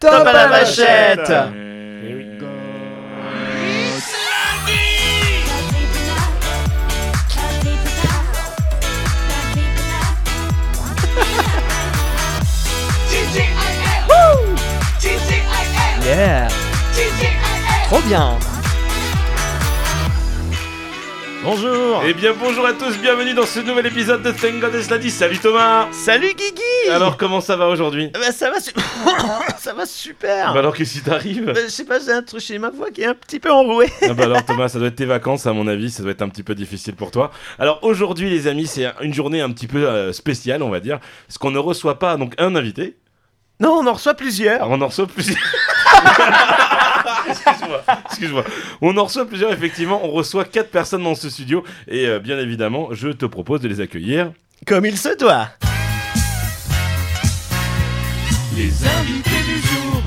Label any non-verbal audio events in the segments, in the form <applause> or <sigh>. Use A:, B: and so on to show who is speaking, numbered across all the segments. A: Top
B: à la
A: vachette Yeah Trop bien Bonjour
B: Eh bien bonjour à tous, bienvenue dans ce nouvel épisode de Thank God It's Lady. Salut Thomas
A: Salut Guigui
B: Alors comment ça va aujourd'hui
A: Bah, ça, va su- <coughs> ça va super
B: Bah alors qu'est-ce qui t'arrive
A: Bah, Je sais pas, j'ai un truc chez ma voix qui est un petit peu enrouée.
B: ah bah alors Thomas, ça doit être tes vacances à mon avis, ça doit être un petit peu difficile pour toi. Alors aujourd'hui les amis, c'est une journée un petit peu euh, spéciale on va dire, parce qu'on ne reçoit pas donc un invité,
A: <laughs> Non, on en reçoit plusieurs.
B: Alors, on en reçoit plusieurs. <laughs> Excuse-moi, excuse-moi. On en reçoit plusieurs, effectivement. On reçoit quatre personnes dans ce studio. Et euh, bien évidemment, je te propose de les accueillir.
A: Comme il se doit.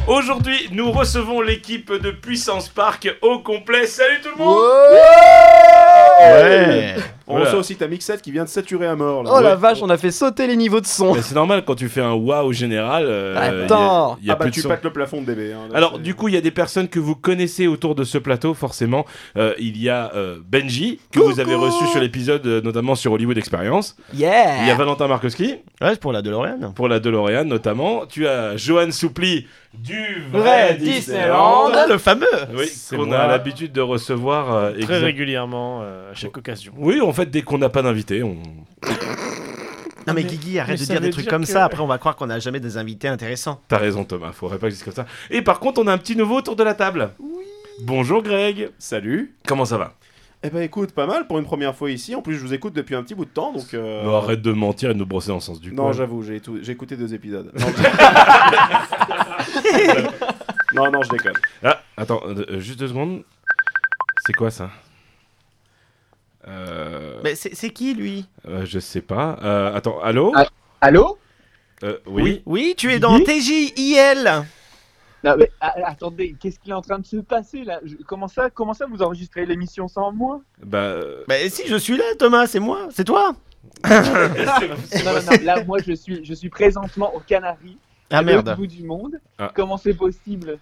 B: Aujourd'hui, nous recevons l'équipe de Puissance Park au complet. Salut tout le monde
C: Ouais. On
B: Voilà.
C: reçoit aussi ta mixette qui vient de saturer à mort. Là.
D: Oh la
C: Ouais.
D: vache, on a fait sauter les niveaux de son.
B: Mais C'est normal, quand tu fais un waouh général, euh,
D: Attends.
B: il y a, il y a
C: ah bah
B: plus de
C: tu
B: son.
C: pètes le plafond de bébé. hein, là,
B: Alors
C: c'est-
B: du coup, il y a des personnes que vous connaissez autour de ce plateau, forcément. Euh, il y a euh, Benji, que vous avez reçu sur l'épisode, euh, notamment sur Hollywood Experience. Il y a
D: Yeah
B: Valentin Markowski.
A: Ouais, c'est pour la DeLorean.
B: pour la DeLorean notamment. Tu as Johan Soupli du
D: Vrai Disneyland.
A: Ah, le fameux
B: Oui,
E: C'est
B: qu'on a
E: moi.
B: l'habitude de recevoir. euh,
E: Très
C: <laughs>
B: exact-
E: régulièrement, euh, à chaque occasion.
B: Oui, en fait, dès qu'on n'a pas d'invité, on.
A: Non mais Guigui, arrête
E: mais
A: de
E: ça
A: dire des
E: veut
A: trucs
E: dire
A: comme
E: que-
A: ça, après on va croire qu'on a jamais des invités intéressants.
B: T'as raison, Thomas, faudrait pas que je dise comme ça. Et par contre, on a un petit nouveau autour de la table. Oui. Bonjour, Greg.
C: Salut.
B: Comment ça va
C: Eh bah écoute, pas mal pour une première fois ici. En plus, je vous écoute depuis un petit bout de temps, donc. euh,
B: Non, Arrête de mentir et de nous brosser dans le sens du
C: Non,
B: poil.
C: j'avoue, j'ai tout- j'ai écouté deux épisodes.
F: <laughs>
C: Non, je- non, non, je déconne.
B: Ah, attends, euh, euh, juste deux secondes. C'est quoi ça euh,
A: Mais c'est c'est qui lui
B: euh, je sais pas. Euh, attends, allô
F: Ah. Allô
B: Euh, oui.
A: Oui, tu es dans TJIL
F: Non mais a- Ah, euh, attendez, qu'est-ce qu'il est en train de se passer là Je- Comment ça Comment ça vous enregistrez l'émission sans moi
B: Bah. euh,
A: Bah si, je suis là Thomas, c'est moi, c'est toi
F: Non non non, là moi je suis je suis présentement aux Canaries,
A: Ah
B: Eh ben
F: à l'autre
A: merde
F: bout du monde.
B: Ah.
F: Comment c'est possible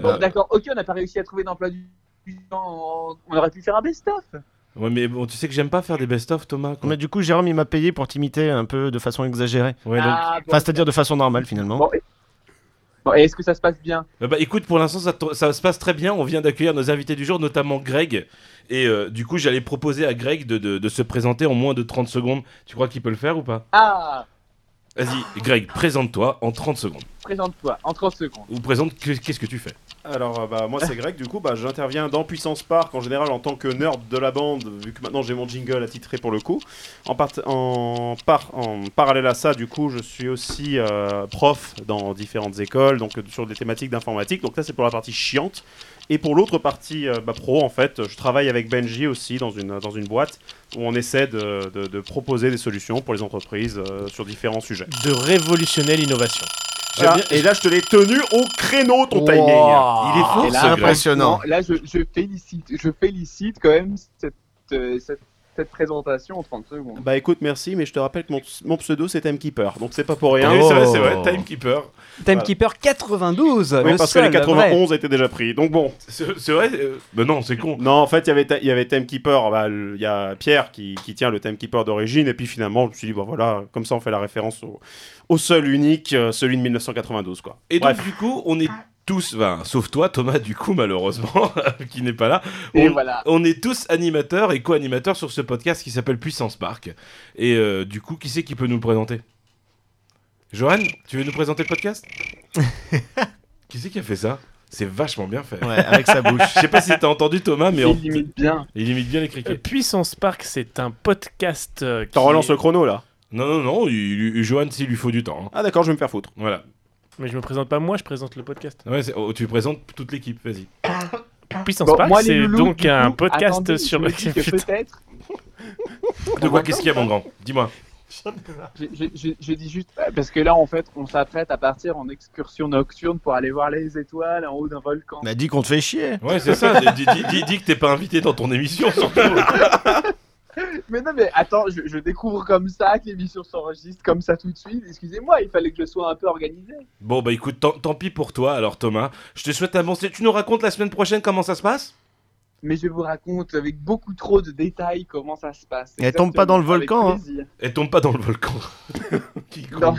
F: Bon
B: euh,
F: d'accord, OK, on n'a pas réussi à trouver d'emploi du du temps. On aurait pu faire un best-of.
B: Ouais, mais bon, tu sais que j'aime pas faire des best-of, Thomas. quoi.
A: Mais du coup, Jérôme, il m'a payé pour t'imiter un peu de façon exagérée.
B: Ouais, donc-
F: Ah, bon.
A: Enfin, c'est-à-dire de façon normale, finalement.
F: Bon, et- bon, et est-ce que ça se passe bien
B: Euh, Bah écoute, pour l'instant, ça, to- ça se passe très bien. On vient d'accueillir nos invités du jour, notamment Greg. Et euh, du coup, j'allais proposer à Greg de, de- de se présenter en moins de 30 secondes. Tu crois qu'il peut le faire ou pas
F: Ah,
B: Vas-y, Greg, présente-toi en 30 secondes.
F: présente-toi en 30 secondes.
B: Ou présente que- qu'est-ce que tu fais.
C: Alors euh, bah moi c'est Greg. Du coup bah j'interviens dans Puissance Park en général en tant que nerd de la bande. Vu que maintenant j'ai mon jingle attitré pour le coup. En, part- en, par- en parallèle à ça, du coup, je suis aussi euh, prof dans différentes écoles, donc euh, sur des thématiques d'informatique. Donc ça, c'est pour la partie chiante. Et pour l'autre partie euh, bah, pro, en fait, je travaille avec Benji aussi dans une, dans une boîte où on essaie de, de- de proposer des solutions pour les entreprises euh, sur différents sujets. Ah.
E: De révolutionner l'innovation.
C: Voilà. Et là, je te l'ai tenu au créneau, ton timing.
D: Wow.
B: Il est fort, ce
F: Et là,
B: Greg.
A: Oh,
E: Euh,
A: Impressionnant.
F: Bon, là je, je félicite, je félicite quand même cette, euh, cette, cette présentation en 30 secondes.
C: Bah écoute, merci, mais je te rappelle que mon, mon pseudo, c'est Timekeeper. Donc c'est pas pour rien.
B: Ah oui, c'est vrai, c'est
A: Oh.
B: vrai. Timekeeper.
D: Timekeeper 92
C: Oui,
D: le
C: parce
D: seul,
C: que les
D: vrai.
C: 91 étaient déjà pris. Donc bon.
B: C'est c'est vrai euh, Bah non, c'est con.
C: Non, en fait, il y avait, il y avait Timekeeper. bah, le- Il y a Pierre qui, qui tient le Timekeeper d'origine. Et puis finalement, je me suis dit, bah, voilà, comme ça, on fait la référence au, au seul unique, euh, celui de 1992. Quoi.
B: Et
C: Bref.
B: donc, du coup, on est tous, enfin, sauf toi, Thomas, du coup, malheureusement, <laughs> qui n'est pas là.
F: Et
B: On-
F: voilà.
B: On est tous animateurs et co-animateurs sur ce podcast qui s'appelle Puissance Park. Et euh, du coup, qui c'est qui peut nous le présenter Johan, tu veux nous présenter le podcast Qui c'est qui a fait ça C'est vachement bien fait.
A: Ouais, avec sa bouche.
B: Je sais pas si t'as entendu Thomas, mais
F: Il
B: on-
F: limite bien.
B: il imite bien les
E: Euh,
B: criquets.
E: Puissance Park, c'est un podcast. euh, qui
C: T'en relances
E: est-
C: le chrono là.
B: Non, non, non, il- il- Johan, s'il lui faut du temps. hein.
C: Ah d'accord, je vais me faire foutre.
B: Voilà.
E: Mais je me présente pas moi, je présente le podcast.
B: Ouais, c'est- oh, tu présentes toute l'équipe, vas-y.
E: Puissance
F: Ah. Bon,
E: Park,
F: moi, les
E: c'est
F: loulous,
E: donc
F: du
E: un
F: coup,
E: podcast
F: attendez,
E: sur
F: je
E: le.
F: me
E: <laughs>
F: dis que
E: Putain.
F: Peut-être.
B: De quoi Qu'est-ce qu'il y a, mon grand Dis-moi.
F: Je, je- je- je dis juste euh, parce que là, en fait, on s'apprête à partir en excursion nocturne pour aller voir les étoiles en haut d'un volcan.
A: On a dit qu'on te fait chier.
B: Ouais, c'est ça. dis, dis- dis- dis que t'es pas invité dans ton émission, surtout.
F: <laughs> Mais non, mais attends, je, je découvre comme ça que l'émission s'enregistre comme ça tout de suite. Excusez-moi, il fallait que je sois un peu organisé.
B: Bon, bah écoute, tant, tant pis pour toi alors, Thomas. Je te souhaite un bon. Tu nous racontes la semaine prochaine comment ça se passe
F: Mais je vous raconte avec beaucoup trop de détails comment ça se passe.
A: Et elle tombe pas dans le
F: Exactement,
A: volcan, hein.
F: avec plaisir.
B: Et tombe pas dans le
E: <laughs>
B: volcan. Qui con.
F: Non.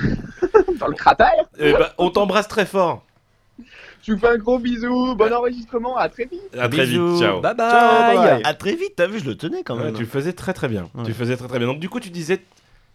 F: Dans <laughs> le cratère
B: Eh bah, on t'embrasse très fort.
F: Je vous fais un gros bisou, bon enregistrement, à très vite
B: À très
A: Bisous.
B: vite, ciao.
D: Bye
C: Ciao,
D: bye.
C: bye.
A: À très vite, t'as vu, je le tenais quand
B: Ouais,
A: même.
B: tu le faisais très très bien.
A: Ouais.
B: Tu le faisais très très bien. Donc du coup, tu disais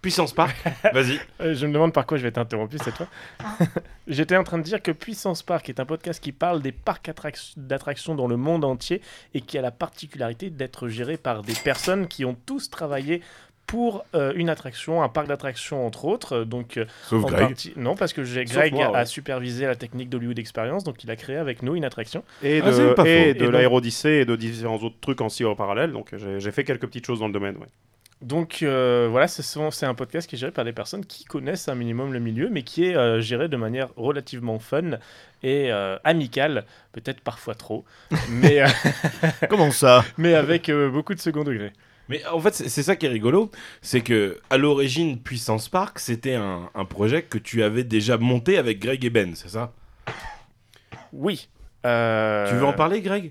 B: puissance park. Vas-y.
E: Euh, Je me demande par quoi je vais t'interrompre cette fois. <laughs> J'étais en train de dire que Puissance Park est un podcast qui parle des parcs attrac- d'attractions dans le monde entier et qui a la particularité d'être géré par des personnes qui ont tous travaillé pour euh, une attraction, un parc d'attractions entre autres. Euh, Donc, euh,
B: Sauf
E: en partie- Non, parce que j'ai-
C: Sauf
E: Greg
C: moi, ouais.
E: a supervisé la technique d'Hollywood Experience, donc il a créé avec nous une attraction.
C: Et
B: Ah, c'est
C: de,
B: pas faux.
C: et
E: Et
C: de
E: donc-
C: l'aérodyssée et de différents autres trucs en silo en parallèle. Donc j'ai j'ai fait quelques petites choses dans le domaine. ouais.
E: Donc euh, voilà, ce sont- c'est un podcast qui est géré par des personnes qui connaissent un minimum le milieu, mais qui est euh, géré de manière relativement fun et euh, amicale, peut-être parfois trop, <laughs> mais, euh,
A: Comment ça
E: mais avec euh, beaucoup de second degré.
B: Mais en fait, c'est c'est ça qui est rigolo, c'est que à l'origine, Puissance Park, c'était un, un projet que tu avais déjà monté avec Greg et Ben, c'est ça
E: Oui. Euh,
B: Tu veux en parler, Greg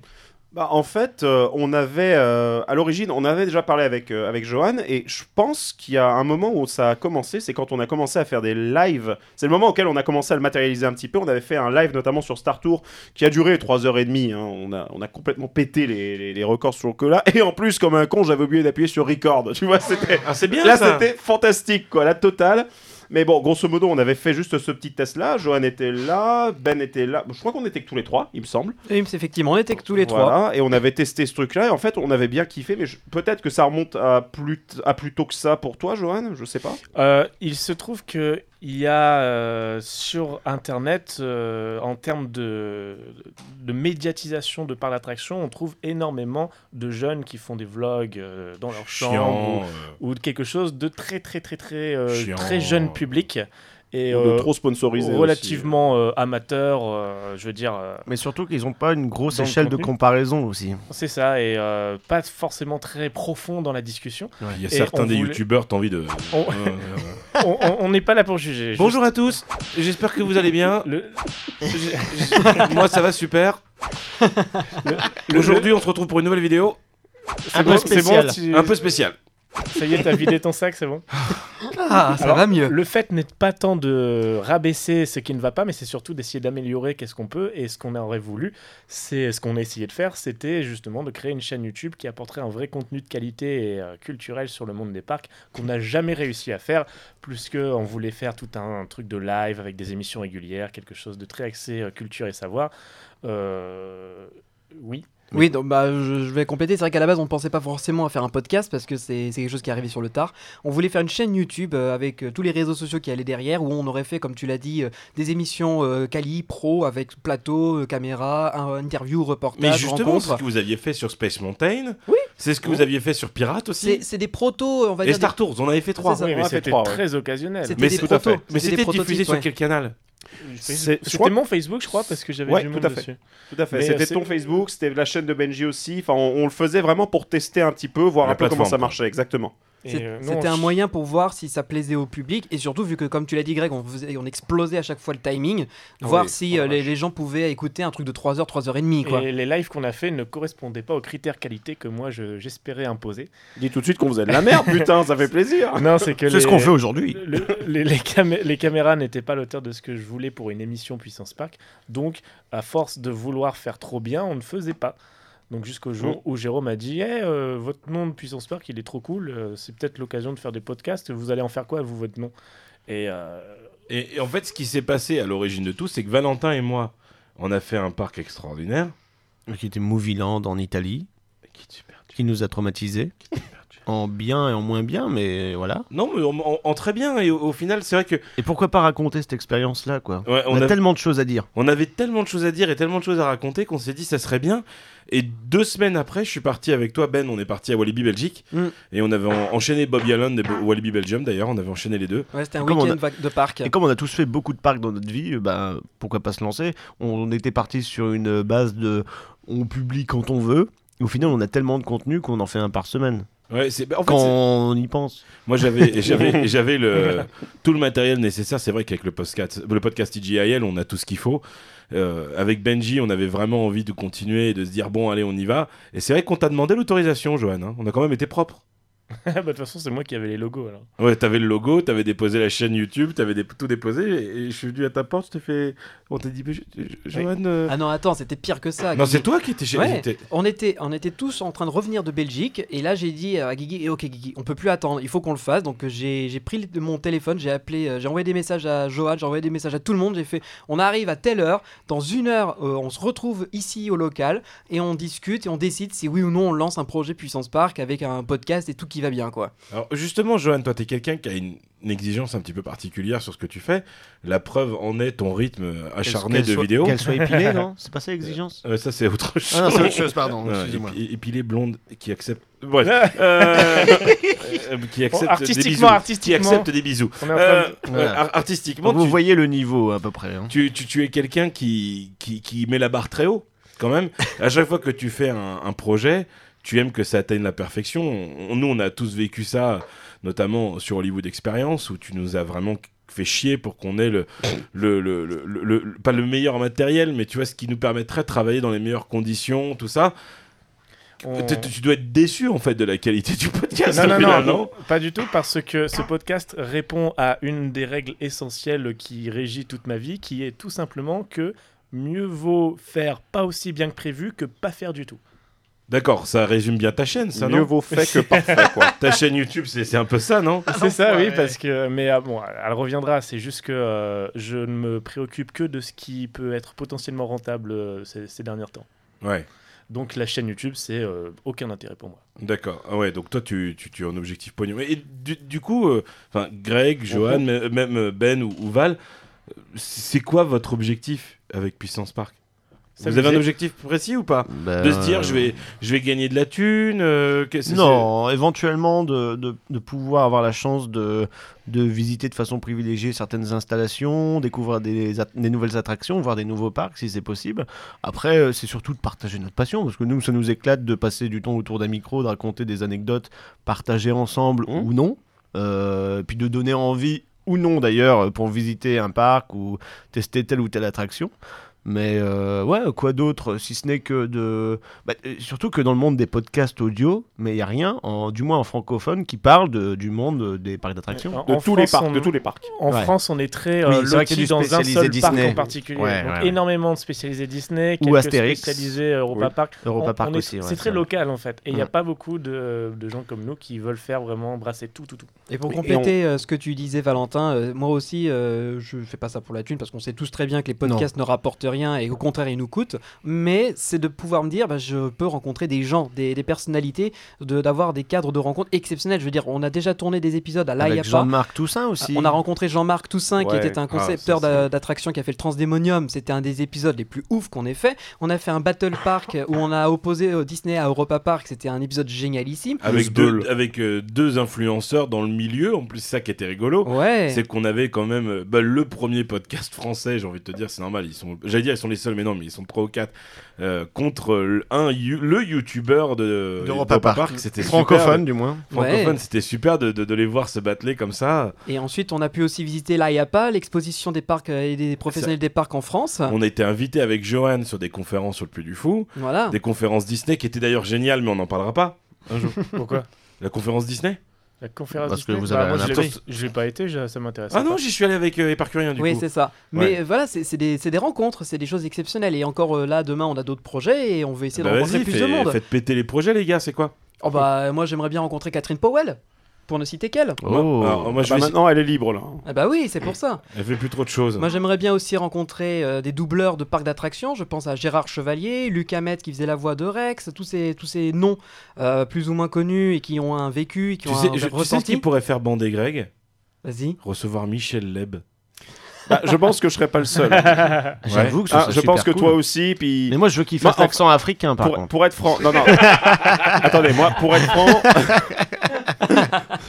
C: Bah, en fait, euh, on avait, euh, à l'origine, on avait déjà parlé avec, euh, avec Johan, et je pense qu'il y a un moment où ça a commencé, c'est quand on a commencé à faire des lives. C'est le moment auquel on a commencé à le matérialiser un petit peu. On avait fait un live notamment sur Star Tour qui a duré 3h30. Hein. On, a, on a complètement pété les, les- les records sur le cola. Et en plus, comme un con, j'avais oublié d'appuyer sur record. Tu vois, c'était.
B: Ah, c'est bien
C: Là,
B: ça
C: c'était fantastique, quoi, la totale. Mais bon, grosso modo, on avait fait juste ce petit test-là. Johan était là, Ben était là. Je crois qu'on était que tous les trois, il me semble.
D: Et effectivement, on était que tous les trois.
C: Voilà, et on avait testé ce truc-là. Et en fait, on avait bien kiffé. Mais je- peut-être que ça remonte à plus, t- à plus tôt que ça pour toi, Johan. Je sais pas.
E: Euh, il se trouve que il y a euh, sur Internet, euh, en termes de, de médiatisation de par l'attraction, on trouve énormément de jeunes qui font des vlogs euh, dans leur chambre
B: Chiant. euh,
E: ou, ou de quelque chose de très très très très euh,
B: Chiant.
E: très jeune public et
C: Ou
E: euh,
C: de trop sponsorisé.
E: relativement euh, amateur, euh, je veux dire. euh,
A: Mais surtout qu'ils ont pas une grosse
E: Dans le
A: échelle de
E: contenu.
A: comparaison aussi.
E: c'est ça et euh, pas forcément très profond dans la discussion.
B: Il y a
E: Et
B: certains
E: on
B: des
E: voulait-
B: youtubeurs, t'as envie de.
E: On-
B: Ouais, ouais,
E: <laughs>
B: ouais.
E: on on- on n'est pas là pour juger.
B: Bonjour à tous, j'espère que vous allez bien.
E: Le-
B: <laughs> J- j- Moi, ça va super. Aujourd'hui, on se retrouve pour une nouvelle vidéo
E: C'est
A: peu
E: bon, c'est bon,
A: spécial.
E: tu-
B: un peu spéciale.
E: Ça y est, t'as vidé ton sac, c'est bon.
D: Ah, ça
E: Alors,
D: va mieux.
E: Le fait n'est pas tant de rabaisser ce qui ne va pas, mais c'est surtout d'essayer d'améliorer qu'est-ce qu'on peut et ce qu'on aurait voulu. C'est ce qu'on a essayé de faire, c'était justement de créer une chaîne YouTube qui apporterait un vrai contenu de qualité et euh, culturel sur le monde des parcs qu'on n'a jamais réussi à faire, plus que on voulait faire tout un, truc de live avec des émissions régulières, quelque chose de très axé euh, culture et savoir. Euh, Oui.
D: Oui, donc, bah, je, je vais compléter. C'est vrai qu'à la base, on pensait pas forcément à faire un podcast parce que c'est c'est quelque chose qui est arrivé sur le tard. On voulait faire une chaîne YouTube euh, avec euh, tous les réseaux sociaux qui allaient derrière où on aurait fait, comme tu l'as dit, euh, des émissions euh, quali, pro, avec plateau, euh, caméra, un- interview,
B: Mais
D: reportage,
B: justement, c'est ce
D: rencontre.
B: que vous aviez fait sur Space Mountain.
D: Oui.
B: C'est ce que vous aviez fait sur Pirate aussi.
D: C'est c'est des protos, on va
B: Et
D: dire.
B: Star Tours, on en avait fait trois.
D: C'est ça.
E: Oui,
C: on
E: mais
C: a fait
E: c'était
C: trois, ouais.
E: très occasionnel.
D: C'était
B: Mais
D: des
B: c'est tout à
D: protos,
B: fait. Mais
D: c'était des
B: c'était
D: prototypes,
B: diffusé sur
D: ouais.
B: quel canal
C: C'est- je
E: C'était
C: crois-
E: mon Facebook, je crois, parce que j'avais
C: Ouais,
E: du
C: tout
E: monde
C: à fait.
E: dessus.
C: Tout à fait.
E: Mais,
C: C'était
E: euh, c'est-
C: ton Facebook, c'était la chaîne de Benji aussi. Enfin, on, on le faisait vraiment pour tester un petit peu, voir
B: La
C: un peu comment
B: plateforme,
C: ça
B: quoi.
C: marchait exactement.
E: Et,
D: C'est-
E: euh, non,
D: C'était un
E: je-
D: moyen pour voir si ça plaisait au public et surtout vu que comme tu l'as dit Greg on, faisait, on explosait à chaque fois le timing,
C: Ah
D: voir
C: oui,
D: si
C: oh la
D: euh, les, les gens pouvaient écouter un truc de 3h, 3h30 quoi.
E: Et les lives qu'on a fait ne correspondaient pas aux critères qualité que moi je- j'espérais imposer.
C: Dis tout de suite qu'on faisait de la <laughs> merde, putain, ça fait
B: Ah,
C: plaisir.
E: Non, c'est que
A: C'est ce qu'on fait aujourd'hui.
E: le- les, les camé- les caméras n'étaient pas à l'auteur de ce que je voulais pour une émission Puissance Park. Donc, à force de vouloir faire trop bien, on ne faisait pas. Donc, jusqu'au jour
B: Mm.
E: où Jérôme a dit Eh, euh, Votre nom de Puissance Park, il est trop cool. euh, C'est peut-être l'occasion de faire des podcasts. Vous allez en faire quoi, vous, votre nom Et euh, <laughs>
B: Et, et en fait, ce qui s'est passé à l'origine de tout, c'est que Valentin et moi, on a fait un parc extraordinaire.
A: Qui était Movie Land en Italie, qui nous a traumatisés. En bien et en moins bien, mais voilà.
B: Non, mais en, en- en très bien. Et au, au final, c'est vrai que
A: Et pourquoi pas raconter cette expérience-là, quoi
B: ouais,
A: On,
B: on,
A: a,
B: a-
A: tellement de choses à dire.
B: on avait tellement de choses à dire et tellement de choses à raconter qu'on s'est dit ça serait bien. Et deux semaines après, je suis parti avec toi, Ben. On est parti à Walibi Belgique
D: Mm.
B: et on avait en- enchaîné Bobby Allen et Bo- Walibi Belgium. D'ailleurs, on avait enchaîné les deux.
D: Ouais, c'était un
A: Comme on
D: week-end va- de parc.
A: Et comme on a tous fait beaucoup de parcs dans notre vie, euh, bah, pourquoi pas se lancer On était parti sur une base de on publie quand on veut. Au final, on a tellement de contenu qu'on en fait un par semaine.
B: Ouais, c'est... bah, en fait,
A: Quand
B: c'est-
A: on y pense.
B: Moi, j'avais, <laughs> et j'avais, et j'avais le, tout le matériel nécessaire. C'est vrai qu'avec le podcast, le podcast TGIL, on a tout ce qu'il faut. Euh, avec Benji, on avait vraiment envie de continuer et de se dire bon, allez, on y va. Et c'est vrai qu'on t'a demandé l'autorisation, Johan. hein. On a quand même été propre.
E: Bah, De toute façon, c'est moi qui avais les logos alors.
B: Ouais, t'avais le logo, t'avais déposé la chaîne YouTube, t'avais dé- tout déposé. Et, et je suis venu à ta porte, je t'ai fait. On t'a dit, mais je- je- Johan. euh,
D: Ah non, attends, c'était pire que ça.
B: Non,
D: Guigui.
B: c'est toi qui étais chez.
D: Ouais.
B: t'es-
D: On était, on était tous en train de revenir de Belgique et là j'ai dit à Guigui, eh, ok Guigui, on peut plus attendre, il faut qu'on le fasse. Donc euh, j'ai j'ai pris le- mon téléphone, j'ai appelé, euh, j'ai envoyé des messages à Johan, j'ai envoyé des messages à tout le monde, j'ai fait, on arrive à telle heure, dans une heure euh, on se retrouve ici au local et on discute et on décide si oui ou non on lance un projet Puissance Park avec un podcast et tout qui va bien quoi.
B: Alors justement, Johan, toi, t'es quelqu'un qui a une, une exigence un petit peu particulière sur ce que tu fais. La preuve en est ton rythme acharné
A: Qu'elle
B: de
A: soit-
B: vidéo.
A: Qu'elle soit
B: <laughs>
A: épilée, non C'est pas ça l'exigence
B: Euh, ça, c'est autre chose.
A: Ah non, c'est autre chose, pardon.
B: Ouais,
A: Excusez-moi.
B: épi- épilée blonde
A: <laughs>
B: qui accepte. Bref. Euh, euh, qui accepte des
E: artistiquement,
B: bisous. Qui
E: artistiquement.
B: accepte des bisous.
E: On est en train de-
B: Euh,
A: Voilà.
B: ar- artistiquement,
A: vous
B: tu,
A: voyez le niveau à peu près. hein.
B: tu, tu- tu es quelqu'un qui, qui, qui met la barre très haut, quand même. à chaque fois que tu fais un, un projet, tu aimes que ça atteigne la perfection. On- nous, on a tous vécu ça, notamment sur Hollywood Experience, où tu nous as vraiment fait chier pour qu'on ait le, le, le- le- le- le- pas le meilleur matériel, mais tu vois, ce qui nous permettrait de travailler dans les meilleures conditions, tout ça.
E: on-
B: T- t- Tu dois être déçu, en fait, de la qualité du podcast.
E: Non, non, non,
B: finalement.
E: non, pas du tout, parce que ce podcast répond à une des règles essentielles qui régit toute ma vie, qui est tout simplement que mieux vaut faire pas aussi bien que prévu que pas faire du tout.
B: D'accord, ça résume bien ta chaîne, ça,
C: Mieux
B: non
C: vaut fait que parfait, quoi.
B: <laughs> Ta chaîne YouTube, c'est c'est un peu ça, non
E: C'est ça, oui, parce que. Mais ah, bon, elle reviendra. C'est juste que euh, je ne me préoccupe que de ce qui peut être potentiellement rentable euh, ces, ces derniers temps.
B: Ouais.
E: Donc la chaîne YouTube, c'est euh, aucun intérêt pour moi.
B: D'accord. Ah ouais, donc toi, tu, tu, tu as un objectif pognon. Et du, du coup, euh, enfin, Greg, Johan, mais- même euh, Ben ou, ou Val, euh, c'est quoi votre objectif avec Puissance Park Vous avez un objectif précis ou pas
A: Bah,
B: De se dire, je vais, je vais gagner de la thune euh, que- c'est-
A: Non, éventuellement de, de- de pouvoir avoir la chance de, de visiter de façon privilégiée certaines installations, découvrir des, at- des nouvelles attractions, voir des nouveaux parcs si c'est possible. Après, euh, c'est surtout de partager notre passion, parce que nous, ça nous éclate de passer du temps autour d'un micro, de raconter des anecdotes, partager ensemble
B: Mhm.
A: ou non, euh, puis de donner envie ou non d'ailleurs euh, pour visiter un parc ou tester telle ou telle attraction. Mais euh, ouais, quoi d'autre si ce n'est que de bah, euh, surtout que dans le monde des podcasts audio, mais il n'y a rien, en, du moins en francophone, qui parle de- du monde euh, des parcs d'attraction.
C: <laughs>
E: En-
C: De
E: en
C: tous les
E: France,
C: parcs,
E: on-
C: de tous les parcs.
E: En
A: Ouais.
E: France, on est très euh,
A: Oui, c'est vrai qu'il y
E: lotis
A: a du
E: dans un
A: spécialisé
E: seul
A: Disney.
E: parc en particulier.
A: Ouais,
E: Donc,
A: ouais, ouais.
E: Énormément de spécialisés Disney,
A: Ou
E: quelques
A: Astérix.
E: spécialisés euh, Europa
B: Oui.
E: Park.
A: Europa
E: On- on
A: Park
E: est-
A: aussi. ouais,
E: c'est très
A: vrai.
E: local en fait. Et il n'y a
A: Mm.
E: pas beaucoup de, de gens comme nous qui veulent faire vraiment brasser tout, tout, tout.
D: Et pour
C: Et
D: compléter euh, ce que tu disais, Valentin, euh, moi aussi, euh, je fais pas ça pour la thune parce qu'on sait tous très bien que les podcasts ne rapportent rien et au contraire, ils nous coûtent. Mais c'est de pouvoir me dire, bah, je peux rencontrer des gens, des, des personnalités, de- d'avoir des cadres de rencontres exceptionnels. Je veux dire, on a déjà tourné des épisodes à La
A: Avec
D: Yapa.
A: Jean-Marc Toussaint aussi.
D: On a rencontré Jean-Marc Toussaint qui
C: Ouais.
D: était un
B: Ah,
D: concepteur
B: ça, c'est-
D: d'a- d'attraction qui a fait le Transdémonium. C'était un des épisodes les plus ouf qu'on ait fait. On a fait un Battle Park où on a opposé euh, Disney à Europa Park. C'était un épisode génialissime.
B: Avec,
C: Plus
B: deux,
C: Bull.
B: avec euh, deux influenceurs dans le milieu, en plus, c'est ça qui était rigolo.
D: Ouais.
B: c'est qu'on avait quand même euh, bah, le premier podcast français, j'ai envie de te dire, c'est normal, ils sont, j'allais dire ils sont les seuls, mais non, mais ils sont trois ou quatre euh, contre euh, un you- le youtubeur de euh,
A: D'Europa
B: d'Europa
A: Park.
B: c'était
A: francophone du moins.
B: super, de- francophone,
D: Ouais.
B: c'était super de, de- de les voir se battler comme ça.
D: Et ensuite, on a pu aussi visiter l'IAPA, l'exposition des parcs euh, et des professionnels des parcs en France.
B: On a été invité avec Johan sur des conférences sur le Puy du Fou,
D: Voilà.
B: des conférences Disney qui étaient d'ailleurs géniales, mais on n'en parlera pas.
E: Pourquoi
B: La conférence Disney
E: <laughs> La conférence
A: Parce que
E: Disney
A: vous
E: Bah,
A: avez
E: moi,
A: un
E: je l'ai-
A: appris.
E: je l'ai pas été, je- ça m'intéresse.
B: Ah non, j'y suis allé avec euh, Éparcurien du
D: oui,
B: coup.
D: c'est ça.
B: Ouais.
D: Mais euh, voilà, c'est c'est des, c'est des rencontres, c'est des choses exceptionnelles. Et encore euh, là, demain, on a d'autres projets et on veut essayer
B: Bah,
D: de
B: vas-y,
D: rencontrer plus
B: fais-
D: de monde.
B: faites péter les projets les gars, c'est quoi
D: Oh bah, moi, j'aimerais bien rencontrer Catherine Powell, pour ne citer qu'elle.
A: Oh.
B: Alors, moi, je
C: Bah,
B: vais-
C: maintenant, elle est libre, là.
D: Ah bah oui, c'est pour ça.
B: Elle fait plus trop de choses.
D: Moi, j'aimerais bien aussi rencontrer euh, des doubleurs de parcs d'attractions. Je pense à Gérard Chevalier, Luc Hamet qui faisait la voix de Rex, tous ces, tous ces noms euh, plus ou moins connus et qui ont un vécu, et qui
B: tu
D: ont
B: sais, je-
D: un
B: tu sais ce
D: ressenti.
B: qui pourrait faire bander Greg
D: Vas-y.
B: recevoir Michel Leb.
C: Bah, je pense que je serais pas le <laughs> seul.
A: J'avoue que ce
C: Ah,
A: serait
C: je pense que toi
A: super cool. Bah,
C: aussi, puis...
A: Mais moi, je veux qu'il
C: Moi,
A: fasse
C: en-
A: l'accent africain par
C: pour,
A: contre.
C: pour être franc, non, <laughs> non. Attendez, moi, pour être franc. <laughs>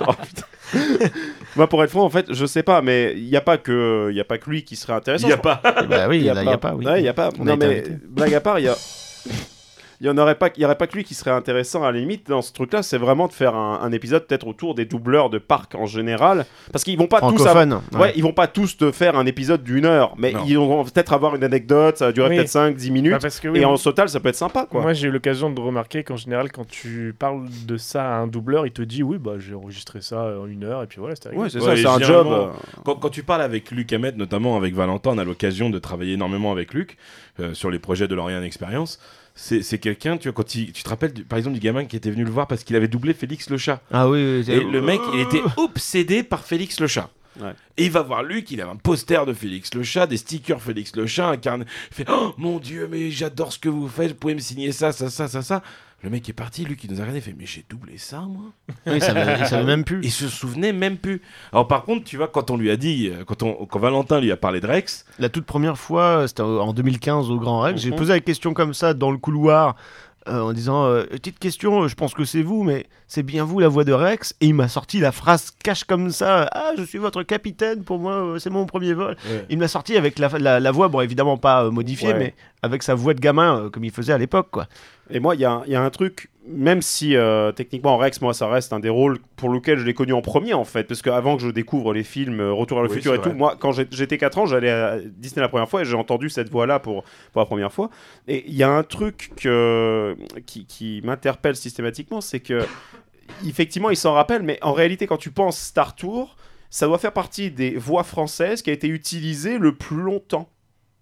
C: Oh, putain. moi, pour être franc, en fait, je sais pas, mais il n'y a pas que, il y a pas que lui qui serait intéressant.
B: Il y a pas.
A: Bah oui,
C: Il
A: là, il n'y a pas. oui.
C: Ouais, il y a pas.
A: On a
C: non
A: été
C: mais
A: invité.
C: blague à part, il y a. il y en aurait pas, il y aurait pas que lui qui serait intéressant à la limite dans ce truc-là. C'est vraiment de faire un, un épisode peut-être autour des doubleurs de parc en général, parce qu'ils vont pas tous, avoir-
A: francophone.
C: ouais, ils vont pas tous te faire un épisode d'une heure, mais
B: Non.
C: ils vont peut-être avoir une anecdote. Ça va durer
E: Oui.
C: peut-être 5-10 minutes.
E: Bah, parce que oui,
C: et
E: moi-
C: en total, ça peut être sympa, quoi.
E: Moi, j'ai eu l'occasion de remarquer qu'en général, quand tu parles de ça à un doubleur, il te dit oui, bah j'ai enregistré ça en une heure et puis voilà, c'était
C: Ouais, c'est
B: Ouais,
C: ça,
B: et
C: c'est un job.
B: généralement,
C: euh,
B: Quand, quand tu parles avec Luc Hamet, notamment avec Valentin, on a l'occasion de travailler énormément avec Luc euh, sur les projets de Lorient Expérience. C'est c'est quelqu'un, tu vois, quand il- tu te rappelles du- par exemple du gamin qui était venu le voir parce qu'il avait doublé Félix le chat.
A: Ah oui, oui,
B: Et le mec, il était obsédé par Félix le chat.
C: Ouais.
B: Et il va voir Luc, il avait un poster de Félix le chat, des stickers Félix le chat, un carnet. Il fait Oh mon dieu, mais j'adore ce que vous faites, vous pouvez me signer ça, ça, ça, ça, ça. Le mec est parti, Luc, il nous a regardé, il fait Mais j'ai doublé ça, moi
A: Oui, ça me- il savait même plus.
B: Il se souvenait même plus. Alors par contre, tu vois, quand on lui a dit, euh, quand, on, quand Valentin lui a parlé de Rex,
A: La toute première fois, c'était en 2015 au Grand Rex, j'ai
C: Mhm.
A: posé la question comme ça dans le couloir euh, en disant euh, Petite question, euh, je pense que c'est vous, mais c'est bien vous la voix de Rex Et il m'a sorti la phrase cache comme ça Ah, je suis votre capitaine, pour moi, euh, c'est mon premier vol.
B: Ouais.
A: Il me l'a sorti avec la, la- la voix, bon, évidemment pas euh, modifiée,
C: Ouais.
A: mais avec sa voix de gamin, euh, comme il faisait à l'époque, quoi.
C: Et moi, il y, a un- il y a un truc, même si euh, techniquement Rex, moi, ça reste un des rôles pour lequel je l'ai connu en premier, en fait, parce qu'avant que je découvre les films euh, Retour vers le
B: Oui,
C: futur et
B: c'est vrai.
C: tout, moi, quand j'ai- j'étais 4 ans, j'allais à Disney la première fois et j'ai entendu cette voix-là pour, pour la première fois. Et il y a un truc que, qui, qui m'interpelle systématiquement, c'est que effectivement, il s'en rappelle, mais en réalité, quand tu penses Star Tour, ça doit faire partie des voix françaises qui a été utilisée le plus longtemps.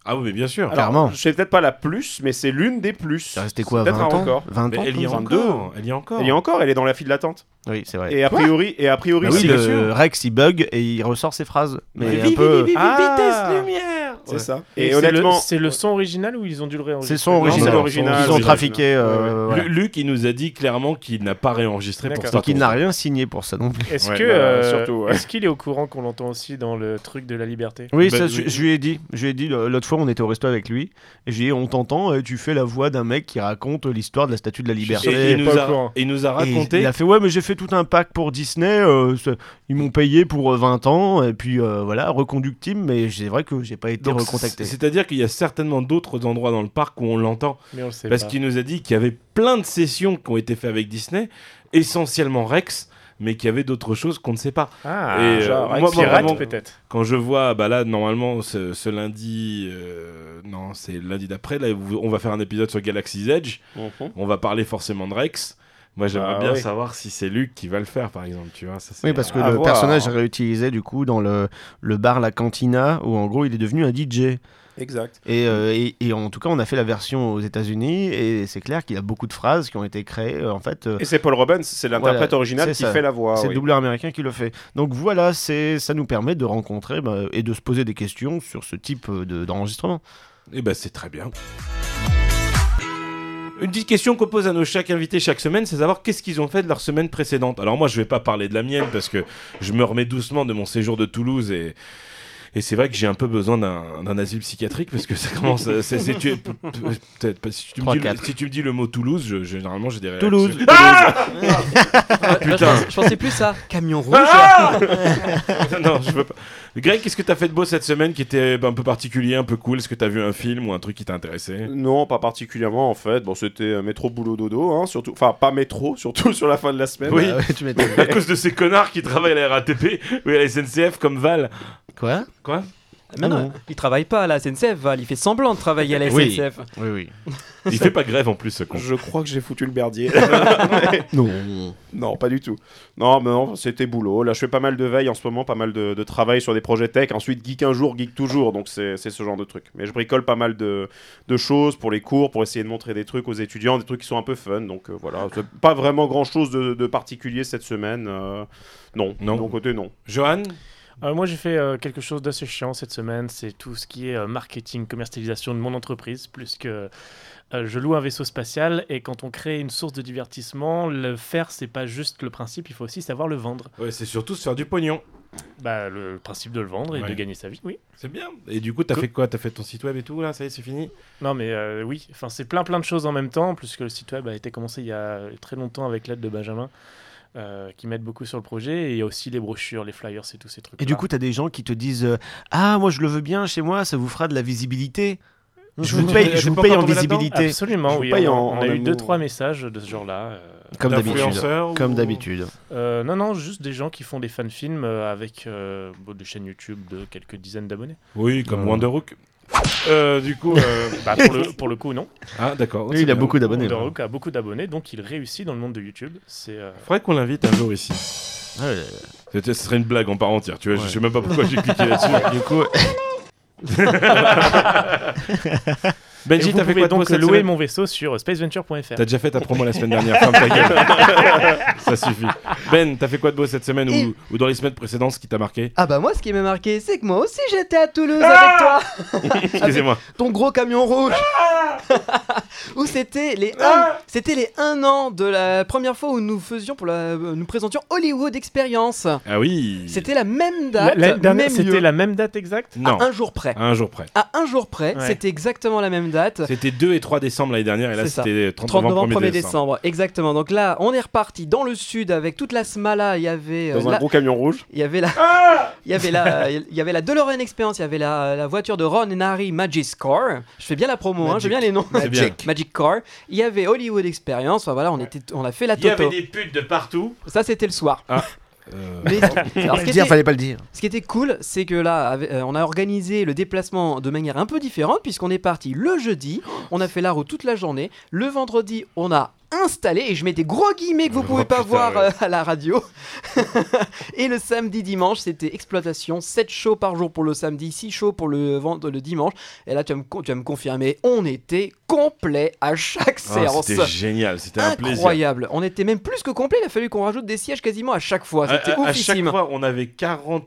B: ah oui, mais bien sûr.
C: Alors,
A: Clairement.
C: Je sais peut-être pas la plus, mais c'est l'une des plus.
A: Ça restait quoi,
C: Peut-être
A: 20
C: un
A: ans
C: record.
A: 20
B: Mais
A: ans
B: elle y est
C: 22.
B: encore. Elle y est encore.
C: Elle est encore, elle est dans la file d'attente.
A: Oui, c'est vrai.
C: Et a priori, et a priori,
A: Bah
C: si
A: oui,
C: le-
A: le Rex il bug et il ressort ses phrases. Mais
B: Mais
A: un peu.
C: Ah
B: vitesse lumière.
C: C'est ça.
E: Et,
C: Et,
E: c'est le-
C: honnêtement,
E: c'est le son original ou ils ont dû le réenregistrer
A: C'est son original.
C: c'est l'original.
A: Ils ont
C: original.
A: trafiqué. euh, voilà.
B: Luc, il nous a dit clairement qu'il n'a pas réenregistré pour
E: D'accord.
B: Star
A: Donc il
B: Tour.
A: n'a rien signé pour ça non plus.
E: Est-ce
B: Ouais,
E: que
B: bah,
E: euh,
C: surtout, ouais.
E: est-ce qu'il est au courant qu'on l'entend aussi dans le truc de la liberté
A: Oui,
B: Bah,
A: ça,
B: oui.
A: Je, je lui ai dit. Je lui ai dit le- l'autre fois, on était au resto avec lui. Et je lui ai dit, on t'entend, et tu fais la voix d'un mec qui raconte l'histoire de la Statue de la Liberté.
B: Et il
E: pas
B: nous,
E: au
B: a,
E: courant.
B: il nous a
A: Et
B: raconté.
A: il a fait ouais mais j'ai fait tout un pack pour Disney euh, ce- ils m'ont payé pour euh, 20 ans et puis euh, voilà reconductible mais c'est vrai que j'ai pas été
B: Donc,
A: recontacté
B: c'est- C'est-à-dire qu'il y a certainement d'autres endroits dans le parc où on l'entend.
E: Mais on le sait
B: Parce
E: pas.
B: qu'il nous a dit qu'il y avait plein de sessions qui ont été faites avec Disney, essentiellement Rex, mais qu'il y avait d'autres choses qu'on ne sait pas.
E: Ah,
B: Et,
E: genre,
B: euh, moi,
E: pirate
B: vraiment-
E: peut-être.
B: Quand je vois, bah là, normalement, ce, ce lundi, euh, non, c'est lundi d'après, là, vous- on va faire un épisode sur Galaxy's Edge.
C: Mhm.
B: On va parler forcément de Rex. Moi, j'aimerais
C: Ah,
B: bien
C: oui.
B: savoir si c'est Luc qui va le faire, par exemple. Tu vois, ça, c'est-
A: Oui, parce que
C: à
A: le
C: voir.
A: personnage réutilisait du coup dans le, le bar La Cantina, où en gros il est devenu un DJ.
C: exact.
A: Et, euh, et- et en tout cas, on a fait la version aux États-Unis, et c'est clair qu'il y a beaucoup de phrases qui ont été créées. euh, en fait, euh,
C: Et c'est Paul Robbins, c'est l'interprète
A: Voilà,
C: original
A: c'est
C: qui
A: ça.
C: fait la voix.
A: c'est
C: oui.
A: le doubleur américain qui le fait. Donc voilà, c'est ça nous permet de rencontrer bah, et de se poser des questions sur ce type euh, de- d'enregistrement.
B: Eh ben, c'est très bien. Une petite question qu'on pose à nos chaque invités chaque semaine, c'est savoir qu'est-ce qu'ils ont fait de leur semaine précédente. Alors moi, je vais pas parler de la mienne parce que je me remets doucement de mon séjour de Toulouse et et c'est vrai que j'ai un peu besoin d'un d'un asile psychiatrique parce que ça commence. à- c'est- c'est- tu- peut-être pas- si, tu me
A: Trois,
B: dis le,
A: quatre.
B: si tu me dis le mot Toulouse, je- généralement j'ai des réactions.
A: Toulouse.
D: Ah, je
B: Putain.
D: pense- Je pensais plus ça. Camion rouge.
B: <laughs> non, je veux pas. Greg, qu'est-ce que t'as fait de beau cette semaine qui était bah, un peu particulier, un peu cool Est-ce que t'as vu un film ou un truc qui t'a intéressé
C: Non, pas particulièrement en fait. Bon, c'était euh, métro boulot dodo, hein, surtout. Enfin, pas métro, <laughs> surtout sur la fin de la semaine.
B: Oui.
A: Bah <laughs> ouais, tu m'étonnes.
B: À cause de ces connards qui travaillent à la RATP ou à la SNCF comme Val.
A: Quoi
B: Quoi
D: Mais non,
A: non.
D: il travaille pas à la SNCF, Val. Il fait semblant de travailler à la
A: Oui.
D: SNCF.
A: Oui, oui.
B: Il fait pas grève en plus, ce con.
C: Je crois que j'ai foutu le
B: <laughs>
C: berdier.
A: Non.
C: non, pas du tout. Non, mais non, c'était boulot. Là, je fais pas mal de veille en ce moment, pas mal de, de travail sur des projets tech. Ensuite, geek un jour, geek toujours. Donc, c'est c'est ce genre de truc. Mais je bricole pas mal de, de choses pour les cours, pour essayer de montrer des trucs aux étudiants, des trucs qui sont un peu fun. Donc, euh, voilà. C'est Pas vraiment grand chose de, de particulier cette semaine. euh, non,
B: Non.
C: de mon côté, non.
B: Johan
E: Euh, moi, j'ai fait euh, quelque chose d'assez chiant cette semaine. C'est tout ce qui est euh, marketing, commercialisation de mon entreprise, plus que euh, je loue un vaisseau spatial et quand on crée une source de divertissement, le faire, c'est pas juste le principe, il faut aussi savoir le vendre.
B: Ouais, c'est surtout se faire du pognon.
E: Bah, le principe de le vendre et
B: Ouais.
E: de gagner sa vie, oui.
B: C'est bien. Et du coup, t'as
E: Co-
B: fait quoi T'as fait ton site web et tout, là Ça y est, c'est fini
E: Non, mais euh, oui, enfin, c'est plein plein de choses en même temps, puisque le site web a été commencé il y a très longtemps avec l'aide de Benjamin, euh, qui m'aide beaucoup sur le projet. Et il y a aussi les brochures, les flyers et tous ces trucs.
A: Et du coup, t'as des gens qui te disent euh, Ah, moi je le veux bien chez moi, ça vous fera de la visibilité. Je <laughs> vous paye, je vous paye en
B: Complètement
A: visibilité,
E: Absolument,
A: Je
E: oui.
A: vous paye
E: on,
A: en-
E: on
A: en
E: a eu
A: amour.
E: deux, trois messages de ce genre-là. euh,
A: comme d'habitude.
B: D'influenceurs
A: Comme
B: ou-
A: d'habitude.
E: euh, non, non, juste des gens qui font des fan-films euh, avec euh, bon, des chaînes YouTube de quelques dizaines d'abonnés.
B: Oui, comme
A: Euh.
B: Wanderhook. Euh, du coup, euh,
E: <laughs> Bah, pour, le, pour le coup, non.
B: ah d'accord.
A: Lui, il a beaucoup d'abonnés.
E: Underhook a beaucoup d'abonnés, donc il réussit dans le monde de YouTube. C'est euh,
B: Faudrait qu'on l'invite un jour ici.
A: Ouais, ouais.
B: C'était- Ce serait une blague en part entière. Tu vois, je
A: Ouais.
B: sais même pas pourquoi
A: <laughs>
B: j'ai cliqué là-dessus. Du <laughs> coup,
E: Et
B: Benji,
E: vous
B: t'as fait
E: pouvez
B: quoi de beau
E: donc
B: cette
E: louer
B: semaine
E: mon vaisseau sur euh, spaceventure.fr.
B: T'as déjà fait ta promo la semaine dernière. Ferme ta gueule. Ça suffit. Ben, t'as fait quoi de beau cette semaine ou, ou dans les semaines précédentes, ce qui t'a marqué
D: Ah bah moi ce qui m'a marqué c'est que moi aussi j'étais à Toulouse
B: <laughs>
D: avec
B: Excusez-moi.
D: toi, ton gros camion rouge. <laughs> où c'était les un, c'était les 1 an de la première fois où nous faisions pour la euh, nous présentions Hollywood Experience.
B: Ah oui.
D: C'était la même
E: La-
D: date,
E: la dernière-
D: même lieu,
E: C'était la même date exacte
B: Non.
D: un jour près.
B: Un jour près.
D: À un jour près,
E: Ouais.
D: c'était exactement la même date.
B: C'était 2 et 3 décembre l'année dernière et là
D: C'est ça.
B: c'était 30,
D: 30 novembre,
B: 1er
D: 1er
B: décembre.
D: décembre. exactement. Donc là, on est reparti dans le sud avec toute la smala. Il y avait, euh,
C: Dans un
D: la-
C: gros camion rouge.
D: il y avait la,
B: Ah
D: il y avait la, il y avait la DeLorean Experience. Il y avait la, la voiture de Ron et Harry Magic Car. Je fais bien la promo, hein,
A: Magic.
D: j'ai bien les noms.
B: C'est bien.
D: <laughs> Magic Car. Il y avait Hollywood Experience. Enfin voilà, on était, on a fait la
B: Il y avait
D: Toto.
B: des putes de partout.
D: Ça, c'était le soir. <laughs>
B: Euh, <laughs>
D: Mais- alors, ce
A: Faut le
D: qui
A: dire,
D: était-
A: fallait pas le dire.
D: ce qui était cool, c'est que là, avec- euh, on a organisé le déplacement de manière un peu différente, puisqu'on est parti le jeudi,
B: Oh,
D: on a fait la route toute la journée, le vendredi, on a installé, et je mets des gros guillemets que vous
B: Oh,
D: pouvez pas
B: putain,
D: voir
B: ouais.
D: euh, à la radio, <laughs> et le samedi, dimanche, c'était exploitation, 7 shows par jour pour le samedi, 6 shows pour le, vend- le dimanche, et là, tu vas me, con- tu vas me confirmer, on était complet à chaque
B: ah,
D: séance.
B: c'était génial, c'était un plaisir.
D: Incroyable, on était même plus que complet, il a fallu qu'on rajoute des sièges quasiment à chaque fois,
B: À-
D: c'était
B: Euh, à, à chaque
D: oufissime.
B: fois, on avait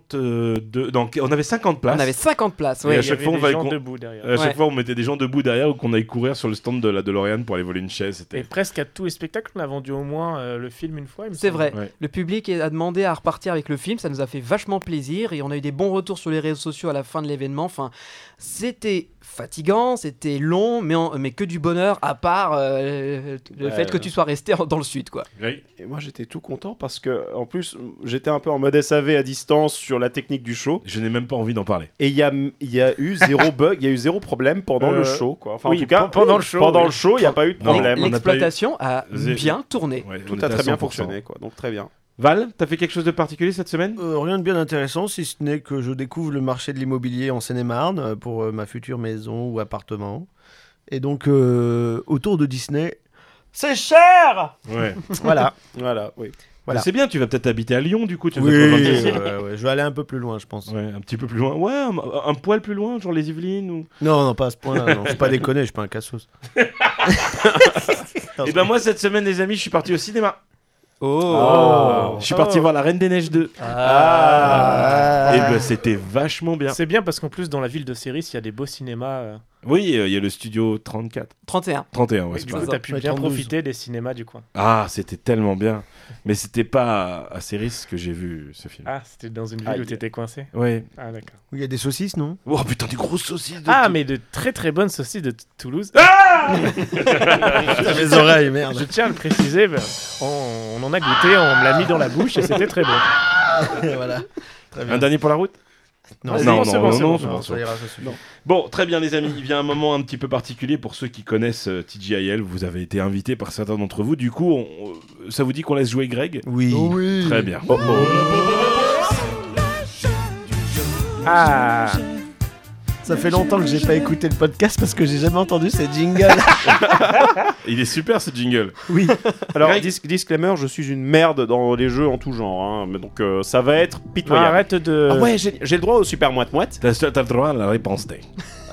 B: 42. Non, on avait 50 places.
D: on avait 50 places,
B: Et
D: ouais.
B: à
E: Il y
B: chaque
E: avait
B: fois, on
E: des
B: va Euh,
E: gens
B: con-
E: debout derrière.
B: À chaque
D: Ouais.
B: fois, on mettait des gens debout derrière ou qu'on aille courir sur le stand de la DeLorean pour aller voler une chaise. C'était
E: Et presque à tous les spectacles, on a vendu au moins euh, le film une fois. il me
D: C'est
E: semble.
D: vrai.
B: Ouais.
D: Le public a demandé à repartir avec le film. Ça nous a fait vachement plaisir et on a eu des bons retours sur les réseaux sociaux à la fin de l'événement. Enfin, c'était fatigant, c'était long, mais, en- mais que du bonheur à part euh, le
E: Ouais,
D: fait que
E: ouais.
D: tu sois resté en- dans le sud, quoi.
B: Oui.
C: Et moi j'étais tout content parce que en plus j'étais un peu en mode SAV à distance sur la technique du show
B: Je n'ai même pas envie d'en parler.
C: et il y a, il y a eu
B: <laughs>
C: zéro bug, il y a eu zéro problème pendant
E: Euh,
C: le show quoi. Enfin
E: oui,
C: en tout cas
E: pe- pendant le show,
C: pendant
E: oui.
C: le show, il n'y a pas eu de
B: Non,
C: problème.
B: on n'a pas eu-
D: L'exploitation a
B: Zé-
D: bien tourné.
B: Ouais, on
C: Tout
B: était
C: a
B: à
C: très bien
B: 100%.
C: fonctionné quoi. Donc très bien.
B: Val, t'as fait quelque chose de particulier cette semaine
A: Euh, rien de bien intéressant, si ce n'est que je découvre le marché de l'immobilier en Seine-et-Marne euh, pour euh, ma future maison ou appartement. Et donc, euh, autour de Disney, c'est cher
D: <laughs>
B: Ouais.
A: Voilà.
C: Voilà, oui.
A: Voilà.
B: C'est bien, tu vas peut-être habiter à Lyon du coup. Tu vas
A: Oui,
B: peut-être avoir
A: <laughs>
B: des-
A: euh, ouais, ouais, je vais aller un peu plus loin, je pense.
B: Ouais, un petit peu plus loin. Ouais, un, un poil plus loin, genre les Yvelines ou.
A: Non, non, pas à ce point-là. non. Faut <laughs> pas déconner, je suis pas un cassos.
B: Et ben moi cette semaine les amis, je suis parti au cinéma.
C: Oh.
B: Je suis parti voir La Reine des Neiges 2.
D: Ah.
A: Ah.
B: Et ben c'était vachement bien.
E: Ah. C'est bien parce qu'en plus, dans la ville de Céris, il y a des beaux cinémas. euh,
B: Oui, euh, il y a le studio 34.
D: 31.
B: 31, ouais,
E: et
B: c'est
E: du
B: pas
E: coup,
B: grave.
E: t'as pu
A: Ouais,
E: bien
A: 32.
E: profiter des cinémas du coin.
B: Ah, c'était tellement bien. Mais c'était pas à Céris que j'ai vu ce film.
E: Ah, c'était dans une ville
C: Aïe.
E: où t'étais coincé
B: Ouais.
E: Ah, d'accord.
A: Il y a des saucisses, non
B: Oh putain, des grosses saucisses de
E: Ah, mais de très très bonnes saucisses de T- Toulouse.
B: Ah
A: Putain, mes oreilles,
E: Je
A: merde.
E: tiens à le préciser, ben, on, on en a goûté, on me l'a mis dans la bouche et c'était très bon.
A: voilà. Très
B: Un dernier pour la route
A: Non,
E: Vas-y,
A: non,
E: Ah, c'est bon, c'est bon,
B: non,
E: c'est
B: non,
E: bon.
A: ça ira, ça suffit.
B: Bon, très bien les amis, il vient un moment un petit peu particulier pour ceux qui connaissent euh, TGIL, vous avez été invités par certains d'entre vous, du coup, on- euh, ça vous dit qu'on laisse jouer Greg
A: Oh Oui.
B: Très bien.
E: Ah
A: Ça fait longtemps que j'ai pas écouté le podcast parce que j'ai jamais entendu ces jingles. <laughs>
B: Il est super ce jingle.
A: oui.
C: Alors
B: Greg-
C: dis- disclaimer, je suis une merde dans les jeux en tout genre hein, mais donc euh, ça va être pitoyable.
E: Arrête de.
C: Ah ouais, j'ai j'ai le droit au super moite-moite.
B: T'as t'as le droit à la réponse D.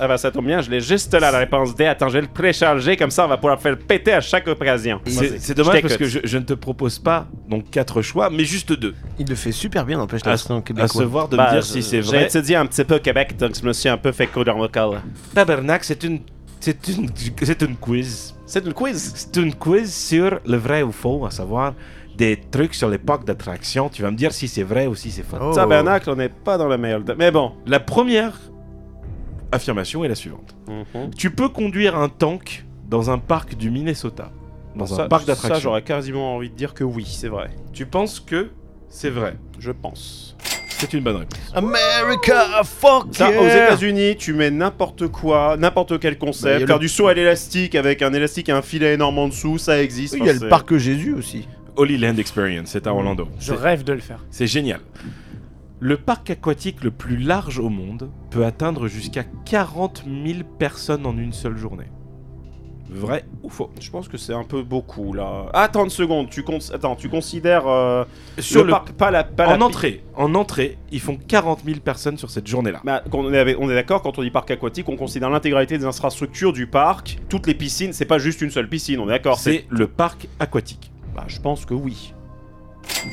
C: Ah bah ça tombe bien, je l'ai juste là la réponse D. Attends, je vais le précharger comme ça on va pouvoir le faire péter à chaque occasion.
B: C'est c'est
C: Je
B: dommage
C: t'écoute.
B: parce que je, je ne te propose pas donc quatre choix, mais juste deux.
A: Il le fait super bien, n'empêche,
B: À-
A: l'accent
B: À se
A: québécois.
B: voir de
C: Bah,
B: me dire
C: je-
B: si c'est vrai.
C: J'ai étudié un petit peu au Québec, donc je me suis un peu fait coudre vocal.
B: Tabernac, c'est une, c'est une, c'est une quiz.
C: C'est une quiz.
B: C'est une quiz sur le vrai ou faux, à savoir des trucs sur les parcs d'attractions. Tu vas me dire si c'est vrai ou si c'est faux.
A: Oh.
C: Tabernacle, on n'est pas dans la merde. Mais bon.
B: La première affirmation est la suivante.
C: Mhm.
B: Tu peux conduire un tank dans un parc du Minnesota, dans un
C: ça,
B: parc
C: ça,
B: d'attractions.
C: j'aurais quasiment envie de dire que oui, c'est vrai.
B: Tu penses que c'est vrai
C: Je pense.
B: C'est une bonne réponse.
A: America, fuck
C: Ça, aux
A: yeah
C: États-Unis, tu mets n'importe quoi, n'importe quel
A: Bah, y a
C: concept.
A: le-
C: Faire du saut à l'élastique avec un élastique et un filet énorme en dessous, ça existe.
A: Oui, Il y a
C: Enfin,
A: le
C: c'est-
A: parc Jésus aussi.
B: Holy Land Experience, c'est à Orlando.
E: Je
B: C'est-
E: rêve de le faire.
B: C'est génial. Le parc aquatique le plus large au monde peut atteindre jusqu'à 40 000 personnes en une seule journée. Vrai ou faux
C: Je pense que c'est un peu beaucoup là. Attends une seconde, tu, cons- Attends, tu considères euh,
B: Sur
C: le,
B: le,
C: parc, pas la. Pas
B: en
C: la-
B: entrée, en entrée, ils font 40 000 personnes sur cette journée-là.
C: Bah, qu'on- on est, avec- on est d'accord, quand on dit parc aquatique, on considère l'intégralité des infrastructures du parc, toutes les piscines, c'est pas juste une seule piscine, on est d'accord
B: C'est le parc aquatique.
C: Bah, je pense que oui.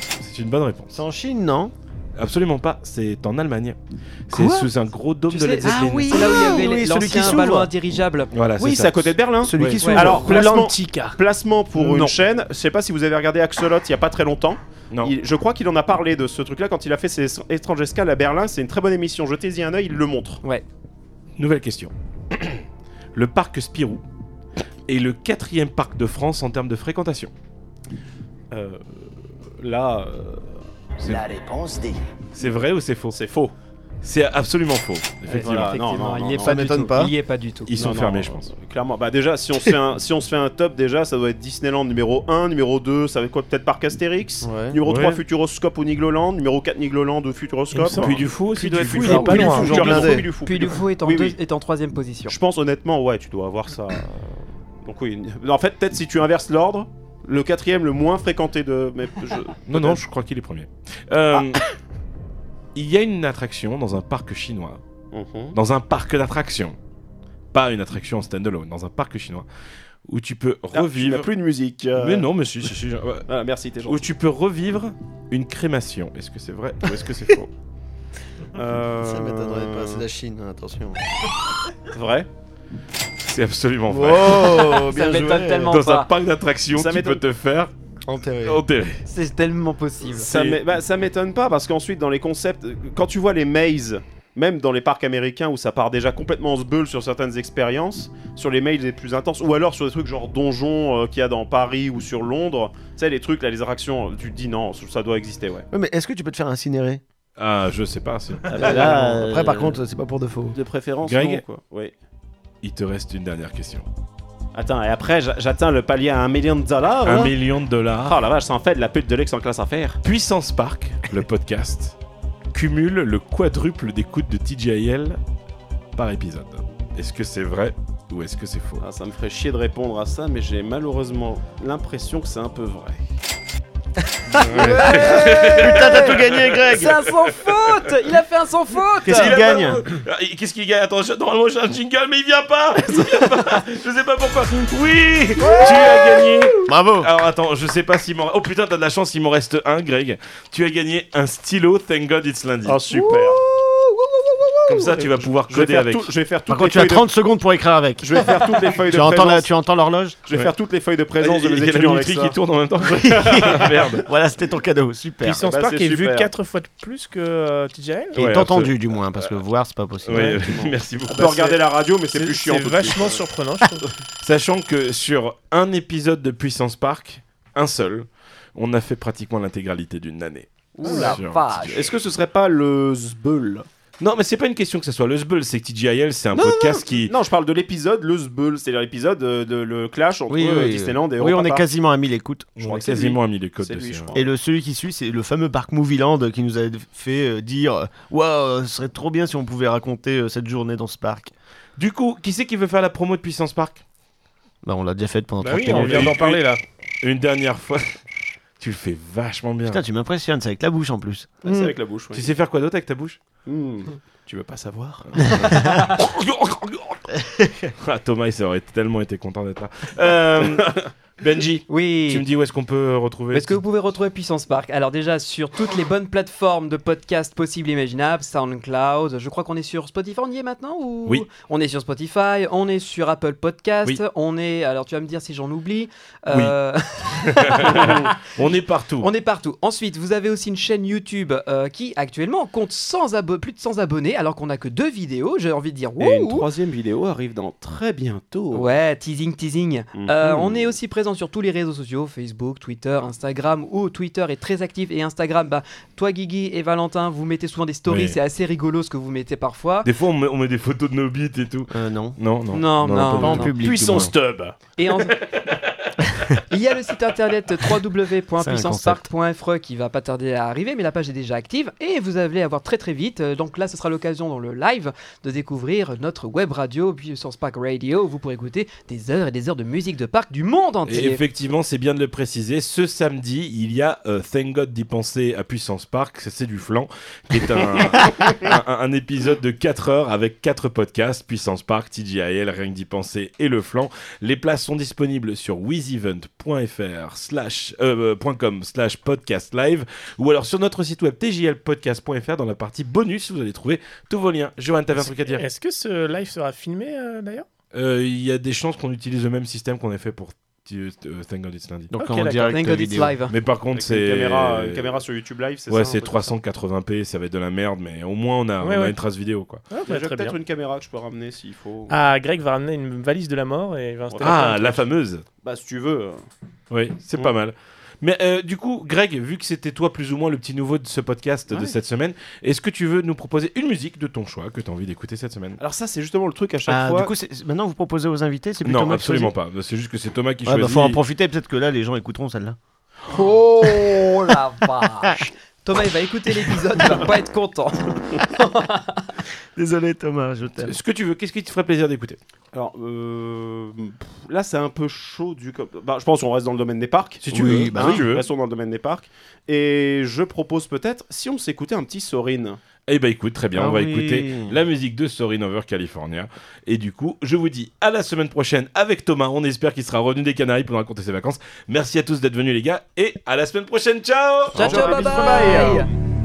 B: C'est une bonne réponse.
A: C'est en Chine, non
B: Absolument pas, c'est en Allemagne. C'est
A: Quoi
B: sous un gros dôme
D: Tu
B: de
D: sais-
B: Led Zeppelin.
A: Ah oui.
D: C'est là où il y
A: Ah,
D: avait
A: oui,
D: les-
A: celui qui
D: l'ancien
A: s'ouvre.
D: ballon dirigeable.
B: Voilà,
C: oui, c'est à côté de Berlin.
A: Celui
B: Ouais.
A: qui s'ouvre.
C: Alors, placement,
E: Plantica.
C: placement pour
B: Non.
C: une chaîne, je sais pas si vous avez regardé Axolot il y a pas très longtemps.
B: Non.
C: Il- je crois qu'il en a parlé de ce truc-là quand il a fait ses étranges escales à Berlin. C'est une très bonne émission. Jetez-y un œil, il le montre.
B: Nouvelle question. <clears throat> le parc Spirou est le quatrième parc de France en termes de fréquentation. Euh, là, euh, c'est-
G: La réponse D.
B: c'est vrai ou c'est faux C'est faux. C'est absolument faux, effectivement.
C: Voilà,
D: Effectivement,
C: non, non,
D: il
C: non,
D: y est
C: non,
D: pas
A: ça
D: du
A: m'étonne
D: tout.
A: pas.
D: Il y est pas du tout.
B: Ils sont
C: Non, non,
B: fermés,
C: euh,
B: je pense.
C: Clairement, bah déjà, si on, se fait un, si on se fait un top, déjà, ça doit être Disneyland numéro 1, numéro 2, ça va être quoi Peut-être Parc Astérix
A: Ouais.
C: Numéro 3,
B: Ouais.
C: Futuroscope au Nigloland. Numéro 4, Nigloland au Futuroscope.
B: Puis du fou aussi,
E: Puis
B: doit
E: du
B: être
E: fou,
B: fou,
E: il est
B: non
E: pas
B: Puis du
E: loin,
B: fou,
A: hein.
B: genre
A: Genre
B: du
A: blindé.
B: fou.
C: Puis du fou,
D: Puis du fou est en,
C: Oui,
D: deux-
C: oui.
D: est en troisième position.
C: Je pense honnêtement, ouais, tu dois avoir ça. euh, Donc oui. En fait, peut-être si tu inverses l'ordre, le quatrième le moins fréquenté de. Mais je-
B: Non, non, je crois qu'il est premier. Euh, Il y a une attraction dans un parc chinois
C: Mhm.
B: dans un parc d'attractions, pas une attraction en standalone, dans un parc chinois, où tu peux
C: Ah, tu n'as
B: revivre.
C: plus de musique. euh,
B: Mais non, mais si, si, si, je- ouais.
C: Voilà, merci, t'es gentil.
B: Où tu peux revivre une crémation. Est-ce que c'est vrai ou est-ce que c'est
C: <laughs>
B: faux
C: Euh,
A: Ça m'étonnerait pas, c'est la Chine, hein, attention.
C: Vrai
B: C'est absolument vrai.
A: Oh,
D: Ça
A: bien
D: m'étonne
A: joué.
D: tellement
B: Dans un
D: pas.
B: parc d'attractions,
C: Ça
B: tu peux
C: m'étonne.
B: te faire
A: Enterré.
B: enterrer.
D: C'est tellement possible.
C: Ça
B: C'est-
C: m'é- bah, ça m'étonne pas parce qu'ensuite dans les concepts, euh, quand tu vois les mazes, même dans les parcs américains où ça part déjà complètement en sbeul sur certaines expériences, sur les mazes les plus intenses, ou alors sur des trucs genre donjons euh, qu'il y a dans Paris ou sur Londres, tu sais les trucs là, les attractions, euh, tu te dis non, ça doit exister ouais.
A: Ouais, mais est-ce que tu peux te faire incinérer
B: Ah, je sais pas. c'est-
A: bah Là, euh, Après, par contre, c'est pas pour de faux.
C: De préférence
B: Greg
C: non quoi. Oui.
B: Il te reste une dernière question.
C: Attends et après j'a- j'atteins le palier à un million de dollars.
B: Un
C: là.
B: million de dollars.
C: Ah la vache, ça en fait de la pute de l'ex en classe à faire.
B: Puissance Park, le podcast, cumule le quadruple des coûts de TJL par épisode. Est-ce que c'est vrai ou est-ce que c'est faux
C: Ah, ça me ferait chier de répondre à ça, mais j'ai malheureusement l'impression que c'est un peu vrai.
A: Putain, t'as tout gagné, Greg
D: C'est un sans faute Il a fait un sans faute
A: Qu'est-ce qu'il gagne
B: euh, Qu'est-ce qu'il gagne Attends, normalement j'ai un jingle, mais il vient pas <laughs> Je sais pas pourquoi Oui Tu as gagné
A: Bravo
B: Alors attends, je sais pas s'il m'en... Oh putain, t'as de la chance, il m'en reste un, Greg. Tu as gagné un stylo, thank God it's lundi.
C: super.
B: Comme ça, tu vas pouvoir
C: Oh, Je vais
B: coder
C: faire
B: avec.
C: tout- je vais faire
A: Par
C: toutes les
A: contre, tu as
C: feuilles de
A: 30 secondes pour écrire avec.
C: Je vais faire toutes les feuilles de
A: Tu entends la-
C: présence.
A: tu
C: <laughs>
A: entends l'horloge
C: Je vais
B: Ouais.
C: faire toutes les feuilles de
B: Il y
C: présence de mes
B: a la
C: étudiants avec
B: minuterie
C: ça.
B: qui tourne en même temps.
A: <laughs>
B: Merde.
A: Voilà, c'était ton cadeau, super.
E: Puissance
C: bah,
E: Park
C: c'est
E: est vu
C: super.
E: 4 fois de plus que euh, TJL.
A: Et
B: Ouais,
A: t'entendu, du moins, parce que voir, c'est pas possible.
B: Ouais, <laughs> merci beaucoup.
C: On peut regarder la radio, mais c'est plus chiant.
E: C'est
C: tout de
E: vachement
C: suite.
E: surprenant, je trouve.
B: Sachant que sur un épisode de Puissance Park, un seul, on a fait pratiquement l'intégralité d'une année.
D: Oula
B: Sur-
D: vache.
C: Est-ce que ce serait pas le Zbeul
B: Non, mais c'est pas une question que ce soit le Zbeul, c'est que TJL, c'est un podcast qui.
C: Non, je parle de l'épisode le Zbeul, c'est-à-dire l'épisode euh, de le clash entre
A: Oui,
C: euh,
A: oui,
C: Disneyland et
A: Oui, on
C: Europa
A: est
C: Park.
A: quasiment à 1000 écoutes.
B: Je crois
C: On est
B: que quasiment à mis les codes
C: C'est lui,
B: dessus.
C: je
B: hein.
C: crois.
A: Et le, celui qui suit, c'est le fameux parc Movieland qui nous a fait euh, dire « Waouh, ce serait trop bien si on pouvait raconter euh, cette journée dans ce parc
B: Du coup, qui c'est qui veut faire la promo de Puissance Park ».
A: Bah, on l'a déjà faite pendant
E: Bah
A: 30
E: oui,
A: minutes.
E: on vient d'en parler là.
B: Une dernière fois. <laughs> tu le fais vachement bien.
A: Putain, tu m'impressionnes, c'est avec la bouche en plus.
C: Ah, C'est avec la bouche.
B: Tu
C: oui.
B: sais faire quoi d'autre avec ta bouche
C: Hmm. Tu veux pas savoir
B: Ah, Thomas, il aurait tellement été content d'être là. Euh, Benji,
D: Oui.
B: tu me dis où est-ce qu'on peut retrouver
D: Est-ce que
B: <laughs>
D: vous pouvez retrouver Puissance Park Alors déjà sur toutes les bonnes plateformes de podcasts possibles et imaginables, SoundCloud, je crois qu'on est sur Spotify, on y est maintenant ou
B: Oui.
D: On est sur Spotify, on est sur Apple Podcast,
B: Oui.
D: on est alors tu vas me dire si j'en oublie. euh,
B: Oui. On est partout.
D: <laughs> on est partout. Ensuite, vous avez aussi une chaîne YouTube euh, qui actuellement compte 100 abo- plus de 100 abonnés alors qu'on a que deux vidéos, j'ai envie de dire
C: Et une
D: wouhou.
C: troisième vidéo arrive dans très bientôt. Mmh. Mhm.
D: Ouais, teasing, teasing. Euh, on est aussi présent sur tous les réseaux sociaux, Facebook, Twitter, Instagram, où Twitter est très actif et Instagram, bah, toi Guigui et Valentin, vous mettez souvent des stories,
B: Oui.
D: c'est assez rigolo ce que vous mettez parfois.
B: Des fois, on met, on met des photos de nos bits et tout.
A: Euh, non.
B: Non, Ah, non.
D: Non, non,
B: pas
D: non,
B: du
D: non.
B: tout.
A: Public,
E: Puissance tub
D: Et en- Il y a le site internet
A: concept.
D: www.puissancepark.fr E qui va pas tarder à arriver, mais la page est déjà active et vous allez avoir très très vite. euh, Donc là, ce sera l'occasion dans le live de découvrir notre web radio Puissance Park Radio. Où vous pourrez écouter des heures et des heures de musique de parc du monde
B: Et
D: entier.
B: effectivement, c'est bien de le préciser, ce samedi, il y a euh, Thank God d'y penser à Puissance Park, c'est du flan, qui est un, un- un épisode de 4 heures avec 4 podcasts, Puissance Park, TGIL, Rien que d'y penser et le flan. Les places sont disponibles sur wizevent.fr slash, euh, euh, point .com slash podcast live ou alors sur notre site web tjlpodcast.fr dans la partie bonus, vous allez trouver tous vos liens. Johan, t'avais un truc à dire
E: Est-ce que ce live sera filmé euh, d'ailleurs
B: Euh, Il y a des chances qu'on utilise le même système qu'on a fait pour euh, Thank God It's Lundi.
A: Donc
E: Ok,
A: en
E: d'accord.
A: direct
D: Thank God it's
A: vidéo.
D: live.
B: Mais par contre,
C: Avec
B: c'est
C: Une caméra, une caméra sur YouTube Live, c'est
B: ouais,
C: ça un
B: c'est
C: peu
B: 380p, ça va être de la merde, mais au moins on a,
E: Ouais,
B: on a
E: ouais.
B: une trace vidéo quoi.
E: Ah, bah,
C: Il y a
E: très
C: peut-être
E: bien.
C: une caméra que je peux ramener s'il faut.
E: Ah, Greg va ramener une valise de la mort et il va installer
B: Ah,
E: plein de
B: la
E: trucs.
B: fameuse.
C: Bah, si tu veux. euh,
B: Oui, c'est
C: Ouais.
B: pas mal. Mais euh, du coup, Greg, vu que c'était toi plus ou moins le petit nouveau de ce podcast de
E: Ouais.
B: cette semaine, est-ce que tu veux nous proposer une musique de ton choix que tu as envie d'écouter cette semaine
C: Alors, ça, c'est justement le truc à chaque
A: Ah,
C: fois.
A: du coup, c'est- maintenant vous proposez aux invités, c'est plutôt
B: Non,
A: moi qui
B: absolument
A: choisis.
B: pas. C'est juste que c'est Thomas qui
A: Ouais, bah,
B: choisit.
A: faut en profiter, peut-être que là les gens écouteront celle-là.
D: Oh la vache Thomas, il va écouter l'épisode, il va pas être content.
A: Désolé Thomas, je t'aime.
B: ce que tu veux, qu'est-ce qui te ferait plaisir d'écouter
C: Alors, euh, pff, là, c'est un peu chaud du. co- Bah, je pense qu'on reste dans le domaine des parcs.
B: Si tu
A: Oui,
B: veux.
A: bah
B: si tu veux.
C: Restons dans le domaine des parcs. Et je propose peut-être, si on s'écoutait un petit Sorin.
B: Eh ben écoute, très bien,
A: Ah
B: on va
A: oui.
B: écouter Hmm. la musique de Sorin Over California. Et du coup, je vous dis à la semaine prochaine avec Thomas. On espère qu'il sera revenu des Canaries pour nous raconter ses vacances. Merci à tous d'être venus les gars et à la semaine prochaine. Ciao
D: Ciao, ciao,
C: revoir,
D: bye
C: bisous, bye bye.
D: bye